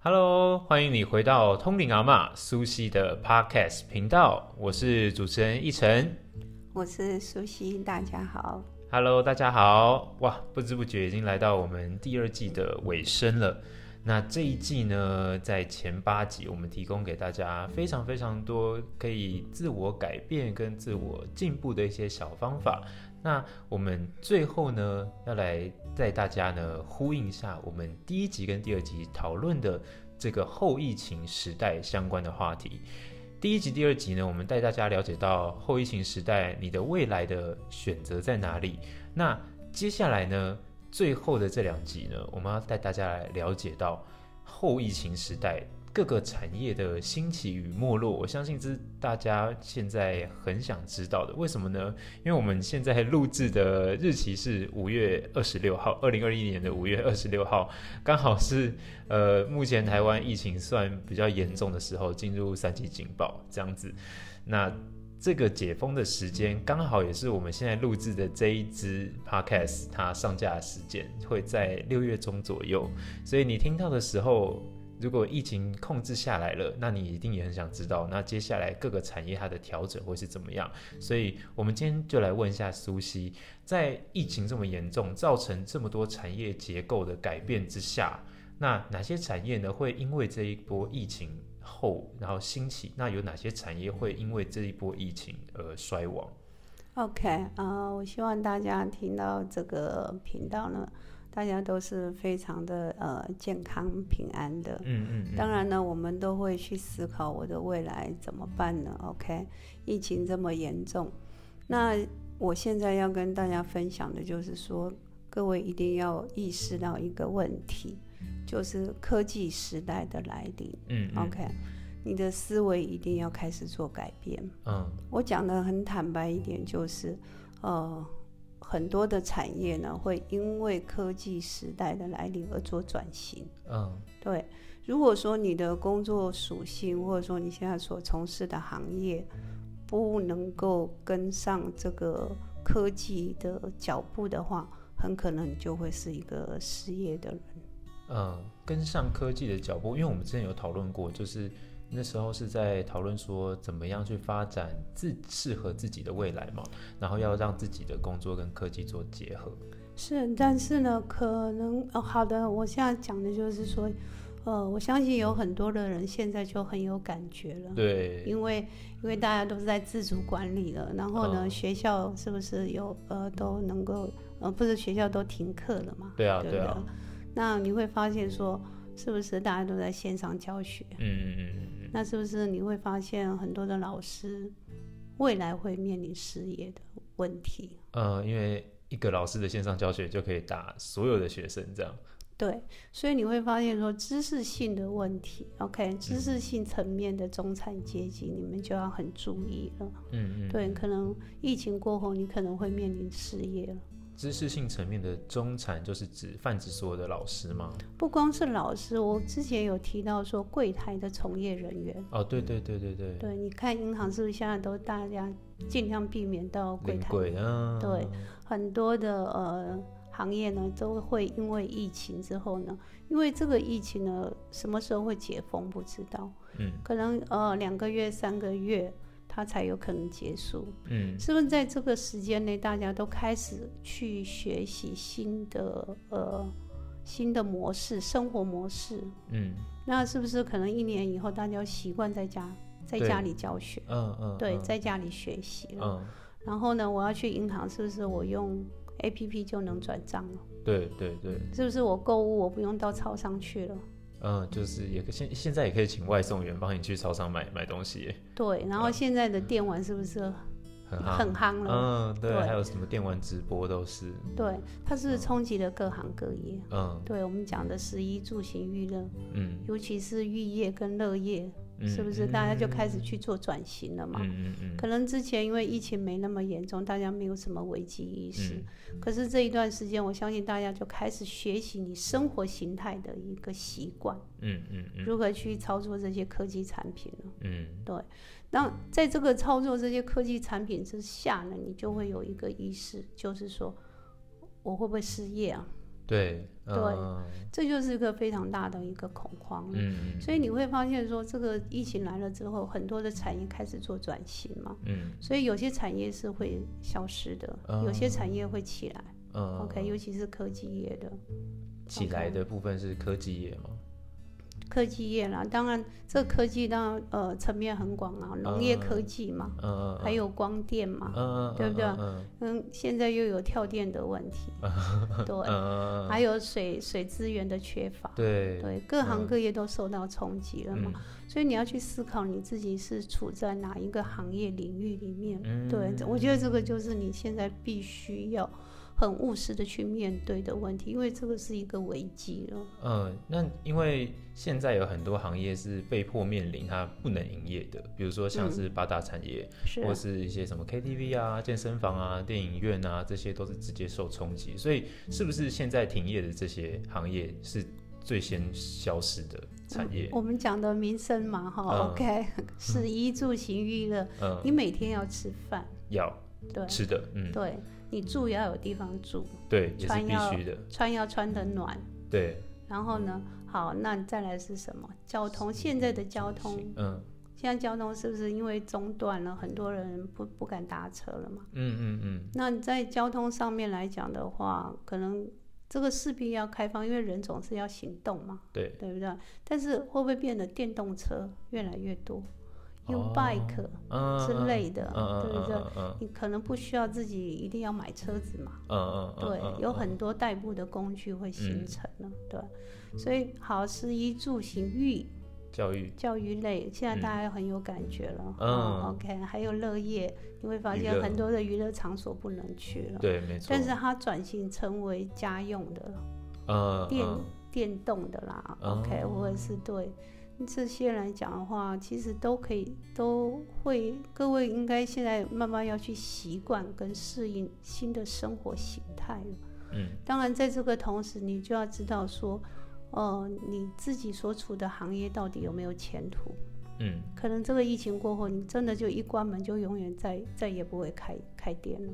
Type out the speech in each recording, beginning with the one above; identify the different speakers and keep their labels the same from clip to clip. Speaker 1: Hello，欢迎你回到通灵阿嬷苏西的 Podcast 频道，我是主持人一晨。
Speaker 2: 我是苏西，大家好。
Speaker 1: Hello，大家好！哇，不知不觉已经来到我们第二季的尾声了。那这一季呢，在前八集，我们提供给大家非常非常多可以自我改变跟自我进步的一些小方法。那我们最后呢，要来带大家呢呼应一下我们第一集跟第二集讨论的这个后疫情时代相关的话题。第一集、第二集呢，我们带大家了解到后疫情时代，你的未来的选择在哪里？那接下来呢，最后的这两集呢，我们要带大家来了解到后疫情时代各个产业的兴起与没落。我相信这是大家现在很想知道的，为什么呢？因为我们现在录制的日期是五月二十六号，二零二一年的五月二十六号，刚好是呃，目前台湾疫情算比较严重的时候，进入三级警报这样子。那这个解封的时间刚好也是我们现在录制的这一支 podcast 它上架的时间，会在六月中左右。所以你听到的时候，如果疫情控制下来了，那你一定也很想知道，那接下来各个产业它的调整会是怎么样。所以我们今天就来问一下苏西，在疫情这么严重，造成这么多产业结构的改变之下，那哪些产业呢会因为这一波疫情后，然后兴起？那有哪些产业会因为这一波疫情而衰亡？
Speaker 2: OK，啊、我希望大家听到这个频道呢，大家都是非常的呃健康平安的。
Speaker 1: 嗯嗯
Speaker 2: 当然呢，我们都会去思考我的未来怎么办呢？OK，疫情这么严重，那我现在要跟大家分享的就是说，各位一定要意识到一个问题，就是科技时代的来临。
Speaker 1: 嗯嗯
Speaker 2: OK，你的思维一定要开始做改变。
Speaker 1: 嗯
Speaker 2: 我讲的很坦白一点，就是，呃，很多的产业呢会因为科技时代的来临而做转型。
Speaker 1: 嗯
Speaker 2: 对，如果说你的工作属性或者说你现在所从事的行业不能够跟上这个科技的脚步的话，很可能你就会是一个失业的人。
Speaker 1: 嗯，跟上科技的脚步，因为我们之前有讨论过，就是那时候是在讨论说怎么样去发展自适合自己的未来嘛，然后要让自己的工作跟科技做结合。
Speaker 2: 是，但是呢，可能哦，好的，我现在讲的就是说，呃，我相信有很多的人现在就很有感觉了，
Speaker 1: 对，
Speaker 2: 因为因为大家都是在自主管理了，然后呢，
Speaker 1: 嗯
Speaker 2: 学校是不是有呃都能够呃，不是学校都停课了嘛？
Speaker 1: 对啊，
Speaker 2: 对不
Speaker 1: 对啊，
Speaker 2: 那你会发现说，是不是大家都在线上教学？
Speaker 1: 嗯嗯嗯嗯
Speaker 2: 那是不是你会发现很多的老师未来会面临失业的问题？
Speaker 1: 嗯，呃，因为一个老师的线上教学就可以打所有的学生这样。
Speaker 2: 对，所以你会发现说知识性的问题，OK，知
Speaker 1: 嗯
Speaker 2: 识性层面的中产阶级，你们就要很注意了。
Speaker 1: 嗯嗯，
Speaker 2: 对，可能疫情过后，你可能会面临失业了。
Speaker 1: 知识性层面的中产就是指泛指所有的老师吗？
Speaker 2: 不光是老师，我之前有提到说柜台的从业人员，
Speaker 1: 哦，对对对对对，
Speaker 2: 对，你看银行是不是现在都大家尽量避免到柜
Speaker 1: 临
Speaker 2: 台？
Speaker 1: 柜啊，
Speaker 2: 对，很多的呃行业呢，都会因为疫情之后呢，因为这个疫情呢，什么时候会解封不知道，
Speaker 1: 嗯
Speaker 2: 可能呃两个月、三个月，它才有可能结束。
Speaker 1: 嗯
Speaker 2: 是不是在这个时间内，大家都开始去学习新的呃新的模式、生活模式？
Speaker 1: 嗯
Speaker 2: 那是不是可能一年以后，大家习惯在家在家
Speaker 1: 对
Speaker 2: 里教学，
Speaker 1: 嗯嗯，
Speaker 2: 对，
Speaker 1: 嗯
Speaker 2: 在家里学习了？
Speaker 1: 嗯，
Speaker 2: 然后呢，我要去银行，是不是我用 A P P 就能转账了？
Speaker 1: 对对对，
Speaker 2: 是不是我购物我不用到超商去了？
Speaker 1: 嗯，就是也可现现在也可以请外送员帮你去超商买买东西耶，
Speaker 2: 对，然
Speaker 1: 嗯
Speaker 2: 后现在的电玩是不是
Speaker 1: 很好，
Speaker 2: 很夯了？
Speaker 1: 嗯，对，
Speaker 2: 对
Speaker 1: 还有什么电玩直播都是，
Speaker 2: 对，它是不是冲击了各行各业。
Speaker 1: 嗯
Speaker 2: 对我们讲的食衣住行娱乐，
Speaker 1: 嗯
Speaker 2: 尤其是浴业跟乐业，
Speaker 1: 嗯，
Speaker 2: 是不是大家就开始去做转型了嘛？
Speaker 1: 嗯嗯嗯
Speaker 2: 可能之前因为疫情没那么严重，大家没有什么危机意识。
Speaker 1: 嗯
Speaker 2: 可是这一段时间，我相信大家就开始学习你生活形态的一个习惯。
Speaker 1: 嗯嗯嗯
Speaker 2: 如何去操作这些科技产品呢？
Speaker 1: 嗯
Speaker 2: 那在这个操作这些科技产品之下呢，你就会有一个意识，就是说我会不会失业啊？
Speaker 1: 对，嗯
Speaker 2: 这就是一个非常大的一个恐慌。
Speaker 1: 嗯
Speaker 2: 所以你会发现说，这个疫情来了之后，很多的产业开始做转型嘛，
Speaker 1: 嗯
Speaker 2: 所以有些产业是会消失的，
Speaker 1: 嗯
Speaker 2: 有些产业会起来。
Speaker 1: 嗯
Speaker 2: OK，尤其是科技业的
Speaker 1: 起来的部分是科技业嘛？
Speaker 2: 科技业啦，当然这科技当然呃层面很广啊，农业科技嘛，
Speaker 1: 嗯，
Speaker 2: 还有光电嘛，
Speaker 1: 嗯，嗯
Speaker 2: 嗯，现在又有跳电的问题，对，
Speaker 1: 嗯，
Speaker 2: 还有水水资源的缺乏，
Speaker 1: 对，
Speaker 2: 对，各行各业都受到冲击了嘛，
Speaker 1: 嗯
Speaker 2: 所以你要去思考你自己是处在哪一个行业领域里面。
Speaker 1: 嗯
Speaker 2: 对，这我觉得这个就是你现在必须要很务实的去面对的问题，因为这个是一个危机了。
Speaker 1: 嗯，那因为现在有很多行业是被迫面临它不能营业的，比如说像是八大产业，
Speaker 2: 是
Speaker 1: 或
Speaker 2: 啊，
Speaker 1: 是一些什么 KTV 啊、健身房啊、电影院啊，这些都是直接受冲击。所以，是不是现在停业的这些行业是最先消失的产业？
Speaker 2: 我们讲的民生嘛，哈、
Speaker 1: 嗯
Speaker 2: o k 是衣住行娱乐，
Speaker 1: 嗯，
Speaker 2: 你每天要吃饭，
Speaker 1: 要
Speaker 2: 对
Speaker 1: 吃的，嗯，
Speaker 2: 对，你住也要有地方住，
Speaker 1: 对，也是
Speaker 2: 穿要
Speaker 1: 必须的，
Speaker 2: 穿要穿得暖，
Speaker 1: 对，
Speaker 2: 然后呢，好，那再来是什么？交通，现在的交通
Speaker 1: 嗯
Speaker 2: 现在交通是不是因为中断了，很多人不不敢搭车了嘛？
Speaker 1: 嗯嗯嗯，
Speaker 2: 那你在交通上面来讲的话，可能这个势必要开放，因为人总是要行动嘛，
Speaker 1: 对，
Speaker 2: 对不对？但是会不会变得电动车越来越多，U
Speaker 1: 哦
Speaker 2: bike
Speaker 1: 嗯
Speaker 2: 之类的，
Speaker 1: 嗯嗯
Speaker 2: 对不对？
Speaker 1: 嗯嗯
Speaker 2: 你可能不需要自己一定要买车子嘛，
Speaker 1: 嗯嗯，
Speaker 2: 对，有很多代步的工具会形
Speaker 1: 嗯
Speaker 2: 成了，对，所以好食衣住行育
Speaker 1: 教育，
Speaker 2: 教育类，现在大家很有感觉了。
Speaker 1: 嗯
Speaker 2: 哦，OK，还有乐业，你会发
Speaker 1: 娱
Speaker 2: 现
Speaker 1: 乐
Speaker 2: 很多的娱乐场所不能去了，
Speaker 1: 对，没错
Speaker 2: 但，是它转型成为家用的了
Speaker 1: 嗯
Speaker 2: 电、
Speaker 1: 嗯
Speaker 2: 电动的啦、
Speaker 1: 哦
Speaker 2: o k 或者是对这些来讲的话，其实都可以，都会，各位应该现在慢慢要去习惯跟适应新的生活形态了。
Speaker 1: 嗯
Speaker 2: 当然，在这个同时，你就要知道说，呃，你自己所处的行业到底有没有前途。
Speaker 1: 嗯，
Speaker 2: 可能这个疫情过后，你真的就一关门就永远再再也不会开开店了。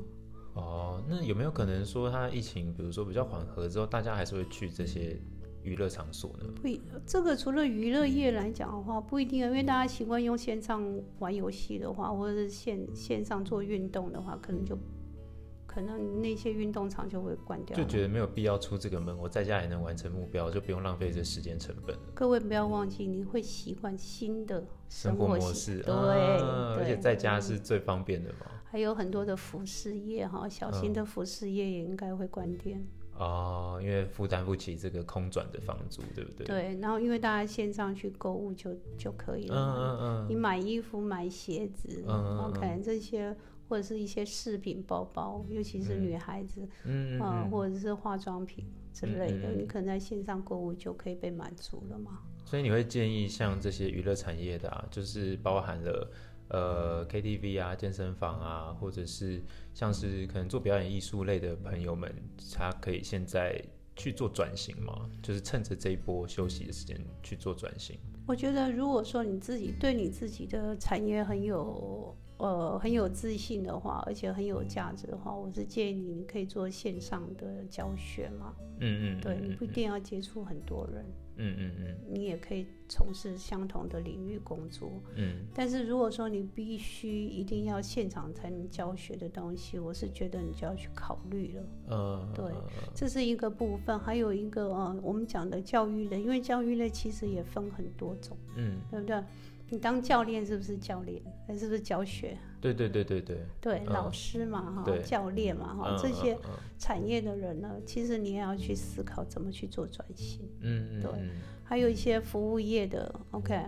Speaker 1: 哦，那有没有可能说，它疫情比如说比较缓和之后，大家还是会去这些娱乐场所呢？
Speaker 2: 不一，这个除了娱乐业来讲的话，不一定啊，因为大家习惯用线上玩游戏的话，或者是线线上做运动的话，可能就可能那些运动场就会关掉
Speaker 1: 就
Speaker 2: 了。
Speaker 1: 觉得没有必要出这个门，我在家也能完成目标，就不用浪费这时间成本了。
Speaker 2: 各位不要忘记，你会习惯新的
Speaker 1: 生活
Speaker 2: 活
Speaker 1: 模
Speaker 2: 习
Speaker 1: 式，
Speaker 2: 对
Speaker 1: 啊而且
Speaker 2: 对
Speaker 1: 在家是最方便的嘛。
Speaker 2: 还有很多的服饰业哈，小型
Speaker 1: 嗯
Speaker 2: 的服饰业也应该会关店。
Speaker 1: 哦，因为负担不起这个空转的房租，对不对？
Speaker 2: 对，然后因为大家线上去购物就就可以
Speaker 1: 嗯
Speaker 2: 了嘛。
Speaker 1: 嗯嗯，
Speaker 2: 你买衣服、买鞋子、
Speaker 1: 嗯嗯嗯
Speaker 2: o k 这些或者是一些饰品、包包，尤其是女孩子，
Speaker 1: 嗯嗯
Speaker 2: 呃
Speaker 1: 嗯，
Speaker 2: 或者是化妆品之类的，
Speaker 1: 嗯嗯嗯
Speaker 2: 你可能在线上购物就可以被满足了嘛。
Speaker 1: 所以你会建议像这些娱乐产业的啊，就是包含了呃 KTV 啊、健身房啊，或者是像是可能做表演艺术类的朋友们，他可以现在去做转型嘛，就是趁着这一波休息的时间去做转型。
Speaker 2: 我觉得，如果说你自己对你自己的产业很有呃很有自信的话，而且很有价值的话，我是建议你你可以做线上的教学嘛。
Speaker 1: 嗯嗯，
Speaker 2: 对，你
Speaker 1: 嗯
Speaker 2: 不一定要接触很多人，
Speaker 1: 嗯嗯嗯
Speaker 2: 你也可以从事相同的领域工作。
Speaker 1: 嗯
Speaker 2: 但是如果说你必须一定要现场才能教学的东西，我是觉得你就要去考虑了，
Speaker 1: 嗯呃，
Speaker 2: 对这是一个部分。还有一个呃，我们讲的教育类，因为教育类其实也分很多种，
Speaker 1: 嗯，
Speaker 2: 对不对？你当教练是不是教练？还是不是教学？
Speaker 1: 对对对对对，
Speaker 2: 对，
Speaker 1: 嗯
Speaker 2: 老师嘛，哈
Speaker 1: 对，
Speaker 2: 教练嘛，哈
Speaker 1: 嗯，
Speaker 2: 这些
Speaker 1: 嗯嗯
Speaker 2: 产业的人呢，其实你也要去思考怎么去做转型。
Speaker 1: 嗯嗯
Speaker 2: 对
Speaker 1: 嗯
Speaker 2: 还有一些服务业的，OK，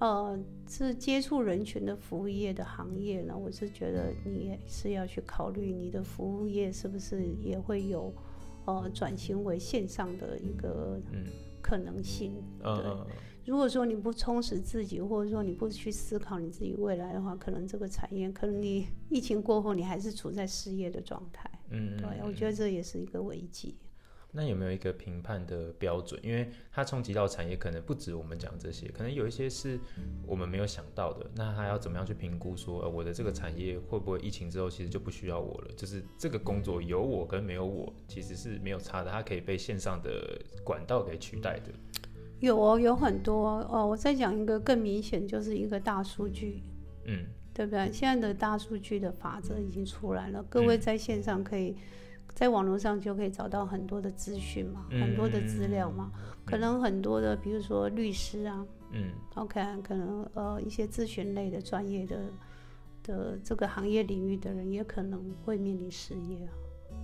Speaker 2: 呃，是接触人群的服务业的行业呢，我是觉得你也是要去考虑你的服务业是不是也会有呃转型为线上的一个
Speaker 1: 嗯
Speaker 2: 可能性。
Speaker 1: 嗯嗯
Speaker 2: 如果说你不充实自己，或者说你不去思考你自己未来的话，可能这个产业，可能你疫情过后，你还是处在失业的状态。
Speaker 1: 嗯嗯，
Speaker 2: 对，我觉得这也是一个危机。
Speaker 1: 那有没有一个评判的标准？因为它冲击到产业，可能不止我们讲这些，可能有一些是我们没有想到的。那它要怎么样去评估说，呃，我的这个产业会不会疫情之后其实就不需要我了？就是这个工作有我跟没有我其实是没有差的，它可以被线上的管道给取代的。
Speaker 2: 有哦，有很多哦。哦我再讲一个更明显，就是一个大数据，
Speaker 1: 嗯，
Speaker 2: 对不对？现在的大数据的法则已经出来了，各位在线上可以，在网络上就可以找到很多的资讯嘛，
Speaker 1: 嗯
Speaker 2: 很多的资料嘛，可能很多的，比如说律师啊
Speaker 1: 嗯
Speaker 2: ，OK，可能呃一些咨询类的专业的的这个行业领域的人，也可能会面临失业啊。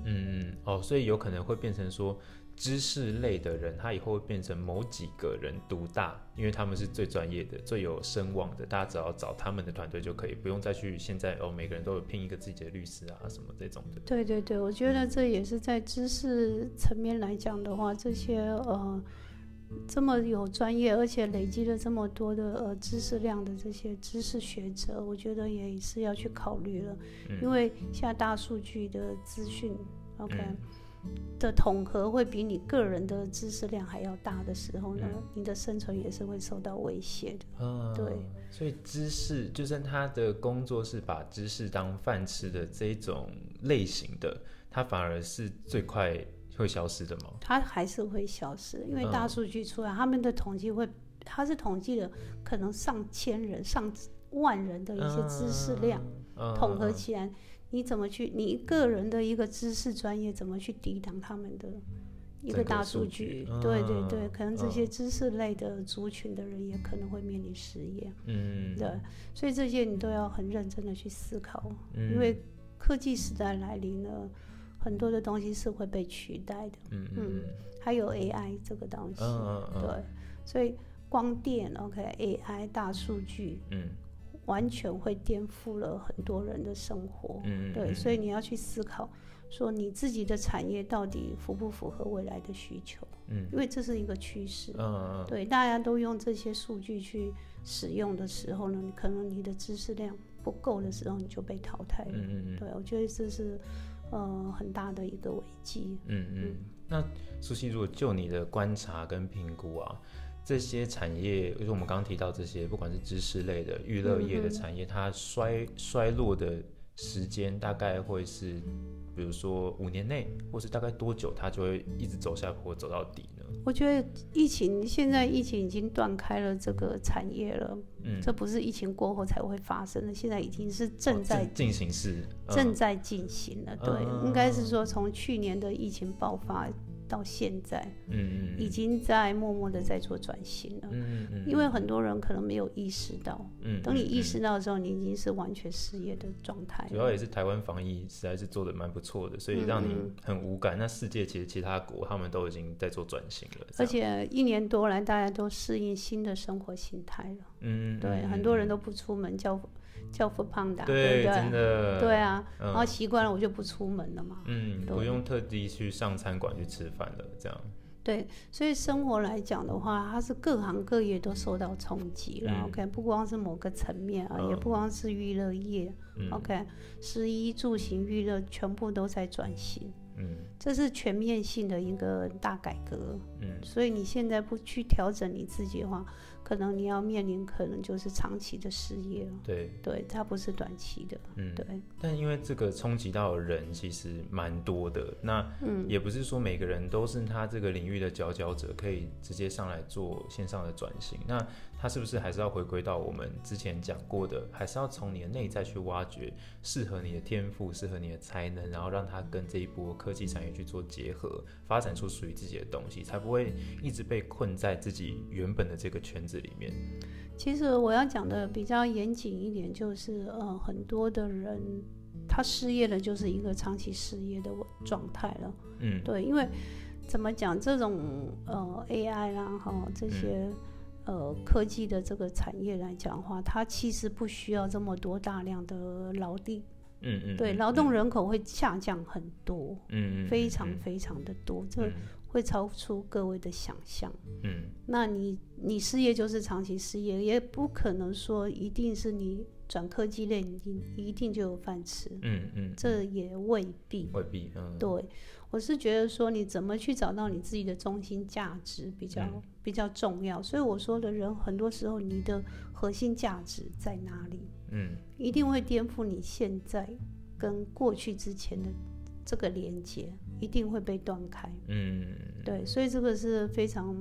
Speaker 1: 嗯，哦，所以有可能会变成说，知识类的人他以后会变成某几个人独大，因为他们是最专业的、最有声望的，大家只要找他们的团队就可以，不用再去现在哦，每个人都有聘一个自己的律师啊什么这种的。
Speaker 2: 对对对，我觉得这也是在知识层面来讲的话，这些呃这么有专业，而且累积了这么多的呃知识量的这些知识学者，我觉得也是要去考虑了，
Speaker 1: 嗯
Speaker 2: 因为现在大数据的资讯，OK、
Speaker 1: 嗯
Speaker 2: 的统合会比你个人的知识量还要大的时候呢，
Speaker 1: 嗯
Speaker 2: 你的生存也是会受到威胁的。
Speaker 1: 啊，
Speaker 2: 对，
Speaker 1: 所以知识就算他的工作是把知识当饭吃的这种类型的，他反而是最快会消失的嘛。
Speaker 2: 它还是会消失，因为
Speaker 1: 嗯
Speaker 2: 大数据出来，他们的统计会，它是统计了可能上千人、上万人的一些知识量、
Speaker 1: 嗯
Speaker 2: 统合起来，你怎么去，你个人的一个知识专业怎么去抵挡他们的一
Speaker 1: 整个
Speaker 2: 个大
Speaker 1: 数
Speaker 2: 数
Speaker 1: 据
Speaker 2: 据？对对
Speaker 1: 嗯
Speaker 2: 对，可能这
Speaker 1: 嗯
Speaker 2: 些知识类的族群的人也可能会面临失业，
Speaker 1: 嗯，
Speaker 2: 对，所以这些你都要很认真的去思考。
Speaker 1: 嗯
Speaker 2: 因为科技时代来临了，很多的东西是会被取代的，
Speaker 1: 嗯嗯
Speaker 2: 嗯还有 AI 这个东西，
Speaker 1: 嗯嗯
Speaker 2: 对，所以光电 OK AI 大数据
Speaker 1: 嗯
Speaker 2: 完全会颠覆了很多人的生活，
Speaker 1: 嗯，
Speaker 2: 对，所
Speaker 1: 以
Speaker 2: 以你要去思考，说你自己的产业到底符不符合未来的需求，
Speaker 1: 嗯
Speaker 2: 因为这是一个趋势。
Speaker 1: 嗯
Speaker 2: 对，大家都用这些数据去使用的时候呢，你可能你的知识量不够的时候，你就被淘汰了。
Speaker 1: 嗯嗯
Speaker 2: 对，我觉得这是呃很大的一个危机。
Speaker 1: 嗯嗯。那苏西，如果就你的观察跟评估啊，这些产业，就是我们刚刚提到这些，不管是知识类的、娱乐
Speaker 2: 嗯
Speaker 1: 业的产业，它衰衰落的时间大概会是，比如说五年内，或是大概多久，它就会一直走下坡，走到底呢？
Speaker 2: 我觉得疫情现在疫情已经断开了这个产业了，
Speaker 1: 嗯，哦
Speaker 2: 这不是疫情过后才会发生的，现在已经是正在、
Speaker 1: 进行式，
Speaker 2: 正在进行了。对，
Speaker 1: 嗯
Speaker 2: 应该是说从去年的疫情爆发到现在，
Speaker 1: 嗯
Speaker 2: 已
Speaker 1: 嗯
Speaker 2: 经在默默的在做转型了。
Speaker 1: 嗯嗯，
Speaker 2: 因为很多人可能没有意识到，
Speaker 1: 嗯，
Speaker 2: 等你意识到的时候，你已经是完全失业的状态
Speaker 1: 主要
Speaker 2: 了。
Speaker 1: 也是台湾防疫实在是做的蛮不错的，所以让
Speaker 2: 嗯
Speaker 1: 你很无感。那世界其实其他国他们都已经在做转型了，这
Speaker 2: 而
Speaker 1: 样
Speaker 2: 且一年多来，大家都适应新的生活形态了。
Speaker 1: 嗯，
Speaker 2: 对，
Speaker 1: 嗯
Speaker 2: 很多人都不出门，叫叫富胖达，
Speaker 1: 对
Speaker 2: 不
Speaker 1: 真
Speaker 2: 对？啊
Speaker 1: 的
Speaker 2: 对，啊，
Speaker 1: 嗯
Speaker 2: 然后习惯了，我就不出门了嘛。
Speaker 1: 嗯，
Speaker 2: 对
Speaker 1: 不用特地去上餐馆去吃饭了，这样
Speaker 2: 对，所以生活来讲的话，它是各行各业都受到冲击了。
Speaker 1: 嗯
Speaker 2: OK，不光是某个层面啊，
Speaker 1: 嗯
Speaker 2: 也不光是娱乐业。
Speaker 1: 嗯
Speaker 2: OK，食衣住行娱乐全部都在转型，
Speaker 1: 嗯
Speaker 2: 这是全面性的一个大改革。
Speaker 1: 嗯
Speaker 2: 所以你现在不去调整你自己的话，可能你要面临可能就是长期的失业了。
Speaker 1: 对
Speaker 2: 对，它不是短期的。
Speaker 1: 嗯，
Speaker 2: 对，
Speaker 1: 但因为这个冲击到的人其实蛮多的，那
Speaker 2: 嗯，
Speaker 1: 也不是说每个人都是他这个领域的佼佼者，可以直接上来做线上的转型。那他是不是还是要回归到我们之前讲过的，还是要从你的内在去挖掘适合你的天赋、适合你的才能，然后让它跟这一波科技产业去做结合，发展出属于自己的东西，才不会一直被困在自己原本的这个圈子里面。
Speaker 2: 其实我要讲的比较严谨一点，就是呃，很多的人他失业了，就是一个长期失业的状态了。
Speaker 1: 嗯
Speaker 2: 对，因为怎么讲，这种呃 AI 啦哈这
Speaker 1: 嗯
Speaker 2: 些。呃，科技的这个产业来讲的话，它其实不需要这么多大量的劳力，
Speaker 1: 嗯嗯，
Speaker 2: 对，
Speaker 1: 嗯
Speaker 2: 劳动人口会下降很多，
Speaker 1: 嗯嗯
Speaker 2: 非常非常的多，这会超出各位的想象。
Speaker 1: 嗯
Speaker 2: 那你你失业就是长期失业，也不可能说一定是你转科技类，你一定就有饭吃，
Speaker 1: 嗯嗯嗯
Speaker 2: 这也未必。
Speaker 1: 未必嗯
Speaker 2: 对，我我是觉得说，你怎么去找到你自己的中心价值比较、
Speaker 1: 嗯
Speaker 2: 比较重要。所以我说的人，很多时候你的核心价值在哪里，
Speaker 1: 嗯
Speaker 2: 一定会颠覆你现在跟过去之前的这个连接，一定会被断开。
Speaker 1: 嗯
Speaker 2: 对，所以这个是非常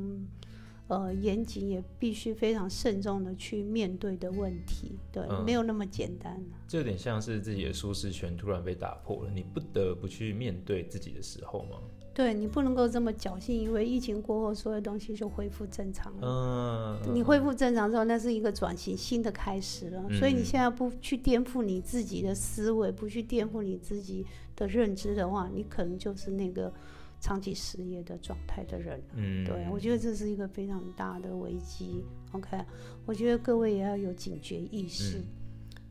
Speaker 2: 呃严谨，也必须非常慎重的去面对的问题。对，
Speaker 1: 嗯
Speaker 2: 没有那么简单。啊
Speaker 1: 这有点像是自己的舒适圈突然被打破了，你不得不去面对自己的时候吗？
Speaker 2: 对你不能够这么侥幸，因为疫情过后所有东西就恢复正常了。
Speaker 1: 嗯，
Speaker 2: 你恢复正常之后，那是一个转型新的开始了。所以
Speaker 1: 嗯
Speaker 2: 你现在不去颠覆你自己的思维，不去颠覆你自己的认知的话，你可能就是那个长期失业的状态的人。
Speaker 1: 嗯，
Speaker 2: 对，我觉得这是一个非常大的危机。OK，我觉得各位也要有警觉意识，
Speaker 1: 嗯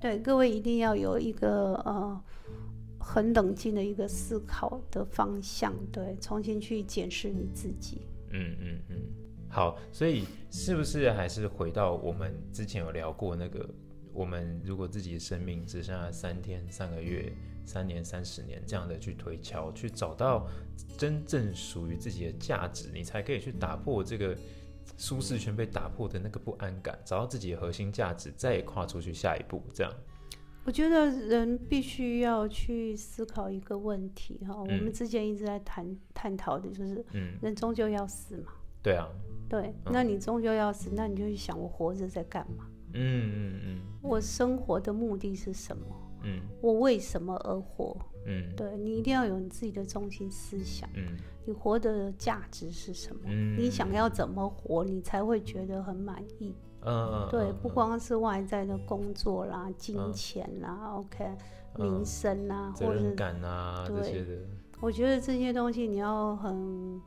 Speaker 2: 对，各位一定要有一个呃很冷静的一个思考的方向，对，重新去检视你自己。
Speaker 1: 嗯嗯嗯，好，所以是不是还是回到我们之前有聊过那个，我们如果自己的生命只剩下三天、三个月、三年、三十年这样的去推敲，去找到真正属于自己的价值，你才可以去打破这个舒适圈被打破的那个不安感，找到自己的核心价值，再跨出去下一步，这样。
Speaker 2: 我觉得人必须要去思考一个问题哈，我们
Speaker 1: 嗯
Speaker 2: 之前一直在谈探讨的就是
Speaker 1: 嗯，
Speaker 2: 人终究要死嘛，
Speaker 1: 对啊，
Speaker 2: 对，那你终究要死，那你就去想我活着在干嘛，
Speaker 1: 嗯嗯
Speaker 2: 我生活的目的是什么，
Speaker 1: 嗯嗯
Speaker 2: 我为什么而活？
Speaker 1: 嗯
Speaker 2: 对你一定要有你自己的中心思想，
Speaker 1: 嗯
Speaker 2: 你活的价值是什么？
Speaker 1: 嗯，
Speaker 2: 你想要怎么活，你才会觉得很满意。
Speaker 1: 嗯，嗯，
Speaker 2: 对，
Speaker 1: 嗯
Speaker 2: 不光是外在的工作啦、金钱啦、OK、名声啦，
Speaker 1: 嗯责
Speaker 2: 或者
Speaker 1: 任
Speaker 2: 是
Speaker 1: 感啊这
Speaker 2: 对
Speaker 1: 些的，
Speaker 2: 我觉得这些东西你要很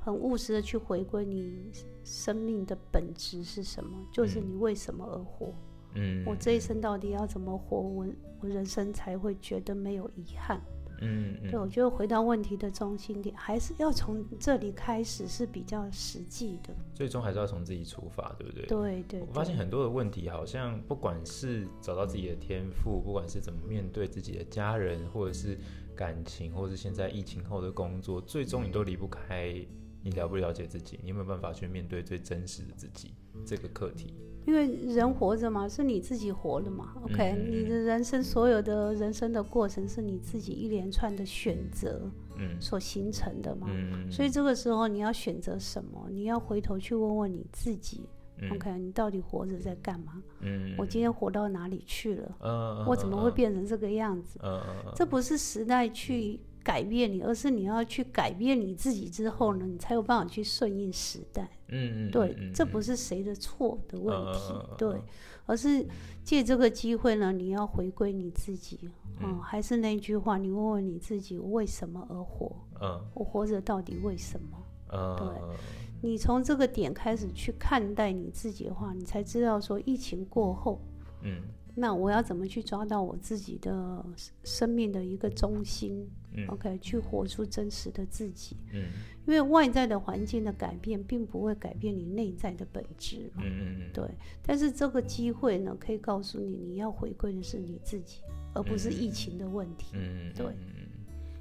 Speaker 2: 很务实的去回归你生命的本质是什么，就是
Speaker 1: 嗯
Speaker 2: 你为什么而活。
Speaker 1: 嗯，
Speaker 2: 我这一生到底要怎么活，我我人生才会觉得没有遗憾。
Speaker 1: 嗯嗯
Speaker 2: 对，我觉得回到问题的中心点，还是要从这里开始是比较实际的。
Speaker 1: 最终还是要从自己出发，对不对？
Speaker 2: 对对
Speaker 1: 我发现
Speaker 2: 对，
Speaker 1: 很多的问题，好像不管是找到自己的天赋，不管是怎么面对自己的家人，或者是感情，或者是现在疫情后的工作，最终你都离不开你了不了解自己，你有没有办法去面对最真实的自己这个课题？
Speaker 2: 因为人活着嘛，是你自己活的嘛。OK，、
Speaker 1: 嗯嗯
Speaker 2: 你的人生所有的人生的过程是你自己一连串的选择
Speaker 1: 嗯
Speaker 2: 所形成的嘛。
Speaker 1: 嗯，
Speaker 2: 所以这个时候你要选择什么？你要回头去问问你自己、
Speaker 1: 嗯
Speaker 2: o k 你到底活着在干嘛？
Speaker 1: 嗯，
Speaker 2: 我今天活到哪里去了？
Speaker 1: 嗯，
Speaker 2: 我怎么会
Speaker 1: 嗯？
Speaker 2: 变成这个样子？
Speaker 1: 嗯嗯嗯，
Speaker 2: 这不是时代去改变你，而是你要去改变你自己之后呢，你才有办法去顺应时代。
Speaker 1: 嗯嗯，
Speaker 2: 对，
Speaker 1: 嗯
Speaker 2: 这不是谁的错的问题，
Speaker 1: 嗯嗯嗯嗯嗯
Speaker 2: 对，而是借这个机会呢，你要回归你自己。嗯，
Speaker 1: 嗯
Speaker 2: 还是那句话，你问问你自己，我为什么而活？
Speaker 1: 嗯
Speaker 2: 我活着到底为什么？
Speaker 1: 嗯，
Speaker 2: 对你从这个点开始去看待你自己的话，你才知道说疫情过后，
Speaker 1: 嗯
Speaker 2: 那我要怎么去抓到我自己的生命的一个中心，
Speaker 1: 嗯
Speaker 2: OK，去活出真实的自己，
Speaker 1: 嗯
Speaker 2: 因为外在的环境的改变，并不会改变你内在的本质嘛。
Speaker 1: 嗯嗯，
Speaker 2: 对，但是这个机会呢，可以告诉你，你要回归的是你自己，而不是疫情的问题。
Speaker 1: 嗯，
Speaker 2: 对
Speaker 1: 嗯，嗯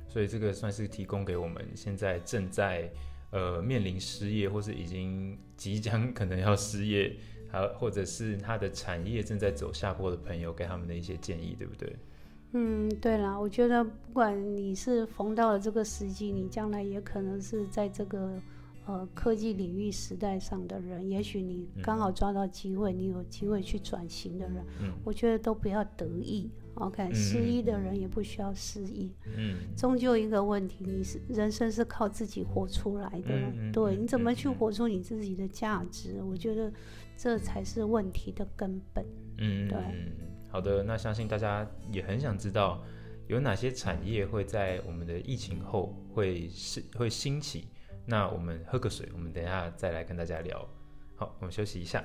Speaker 1: 所以这个算是提供给我们现在正在呃面临失业，或是已经即将可能要失业，还有或者是他的产业正在走下坡的朋友，给他们的一些建议，对不对？
Speaker 2: 嗯，对啦，我觉得不管你是逢到了这个时机，你将来也可能是在这个呃科技领域时代上的人，也许你刚好抓到机会，你有机会去转型的人，
Speaker 1: 嗯
Speaker 2: 我觉得都不要得意。OK，
Speaker 1: 嗯
Speaker 2: 失意的人也不需要失意，
Speaker 1: 嗯
Speaker 2: 终究一个问题，你是人生是靠自己活出来的，
Speaker 1: 嗯嗯
Speaker 2: 对
Speaker 1: 嗯
Speaker 2: 你怎么
Speaker 1: 嗯
Speaker 2: 去
Speaker 1: 嗯
Speaker 2: 活出你自己的价值？我觉得这才是问题的根本。
Speaker 1: 嗯，
Speaker 2: 对
Speaker 1: 好的，那相信大家也很想知道有哪些产业会在我们的疫情后会是会兴起。那我们喝个水，我们等一下再来跟大家聊。好，我们休息一下。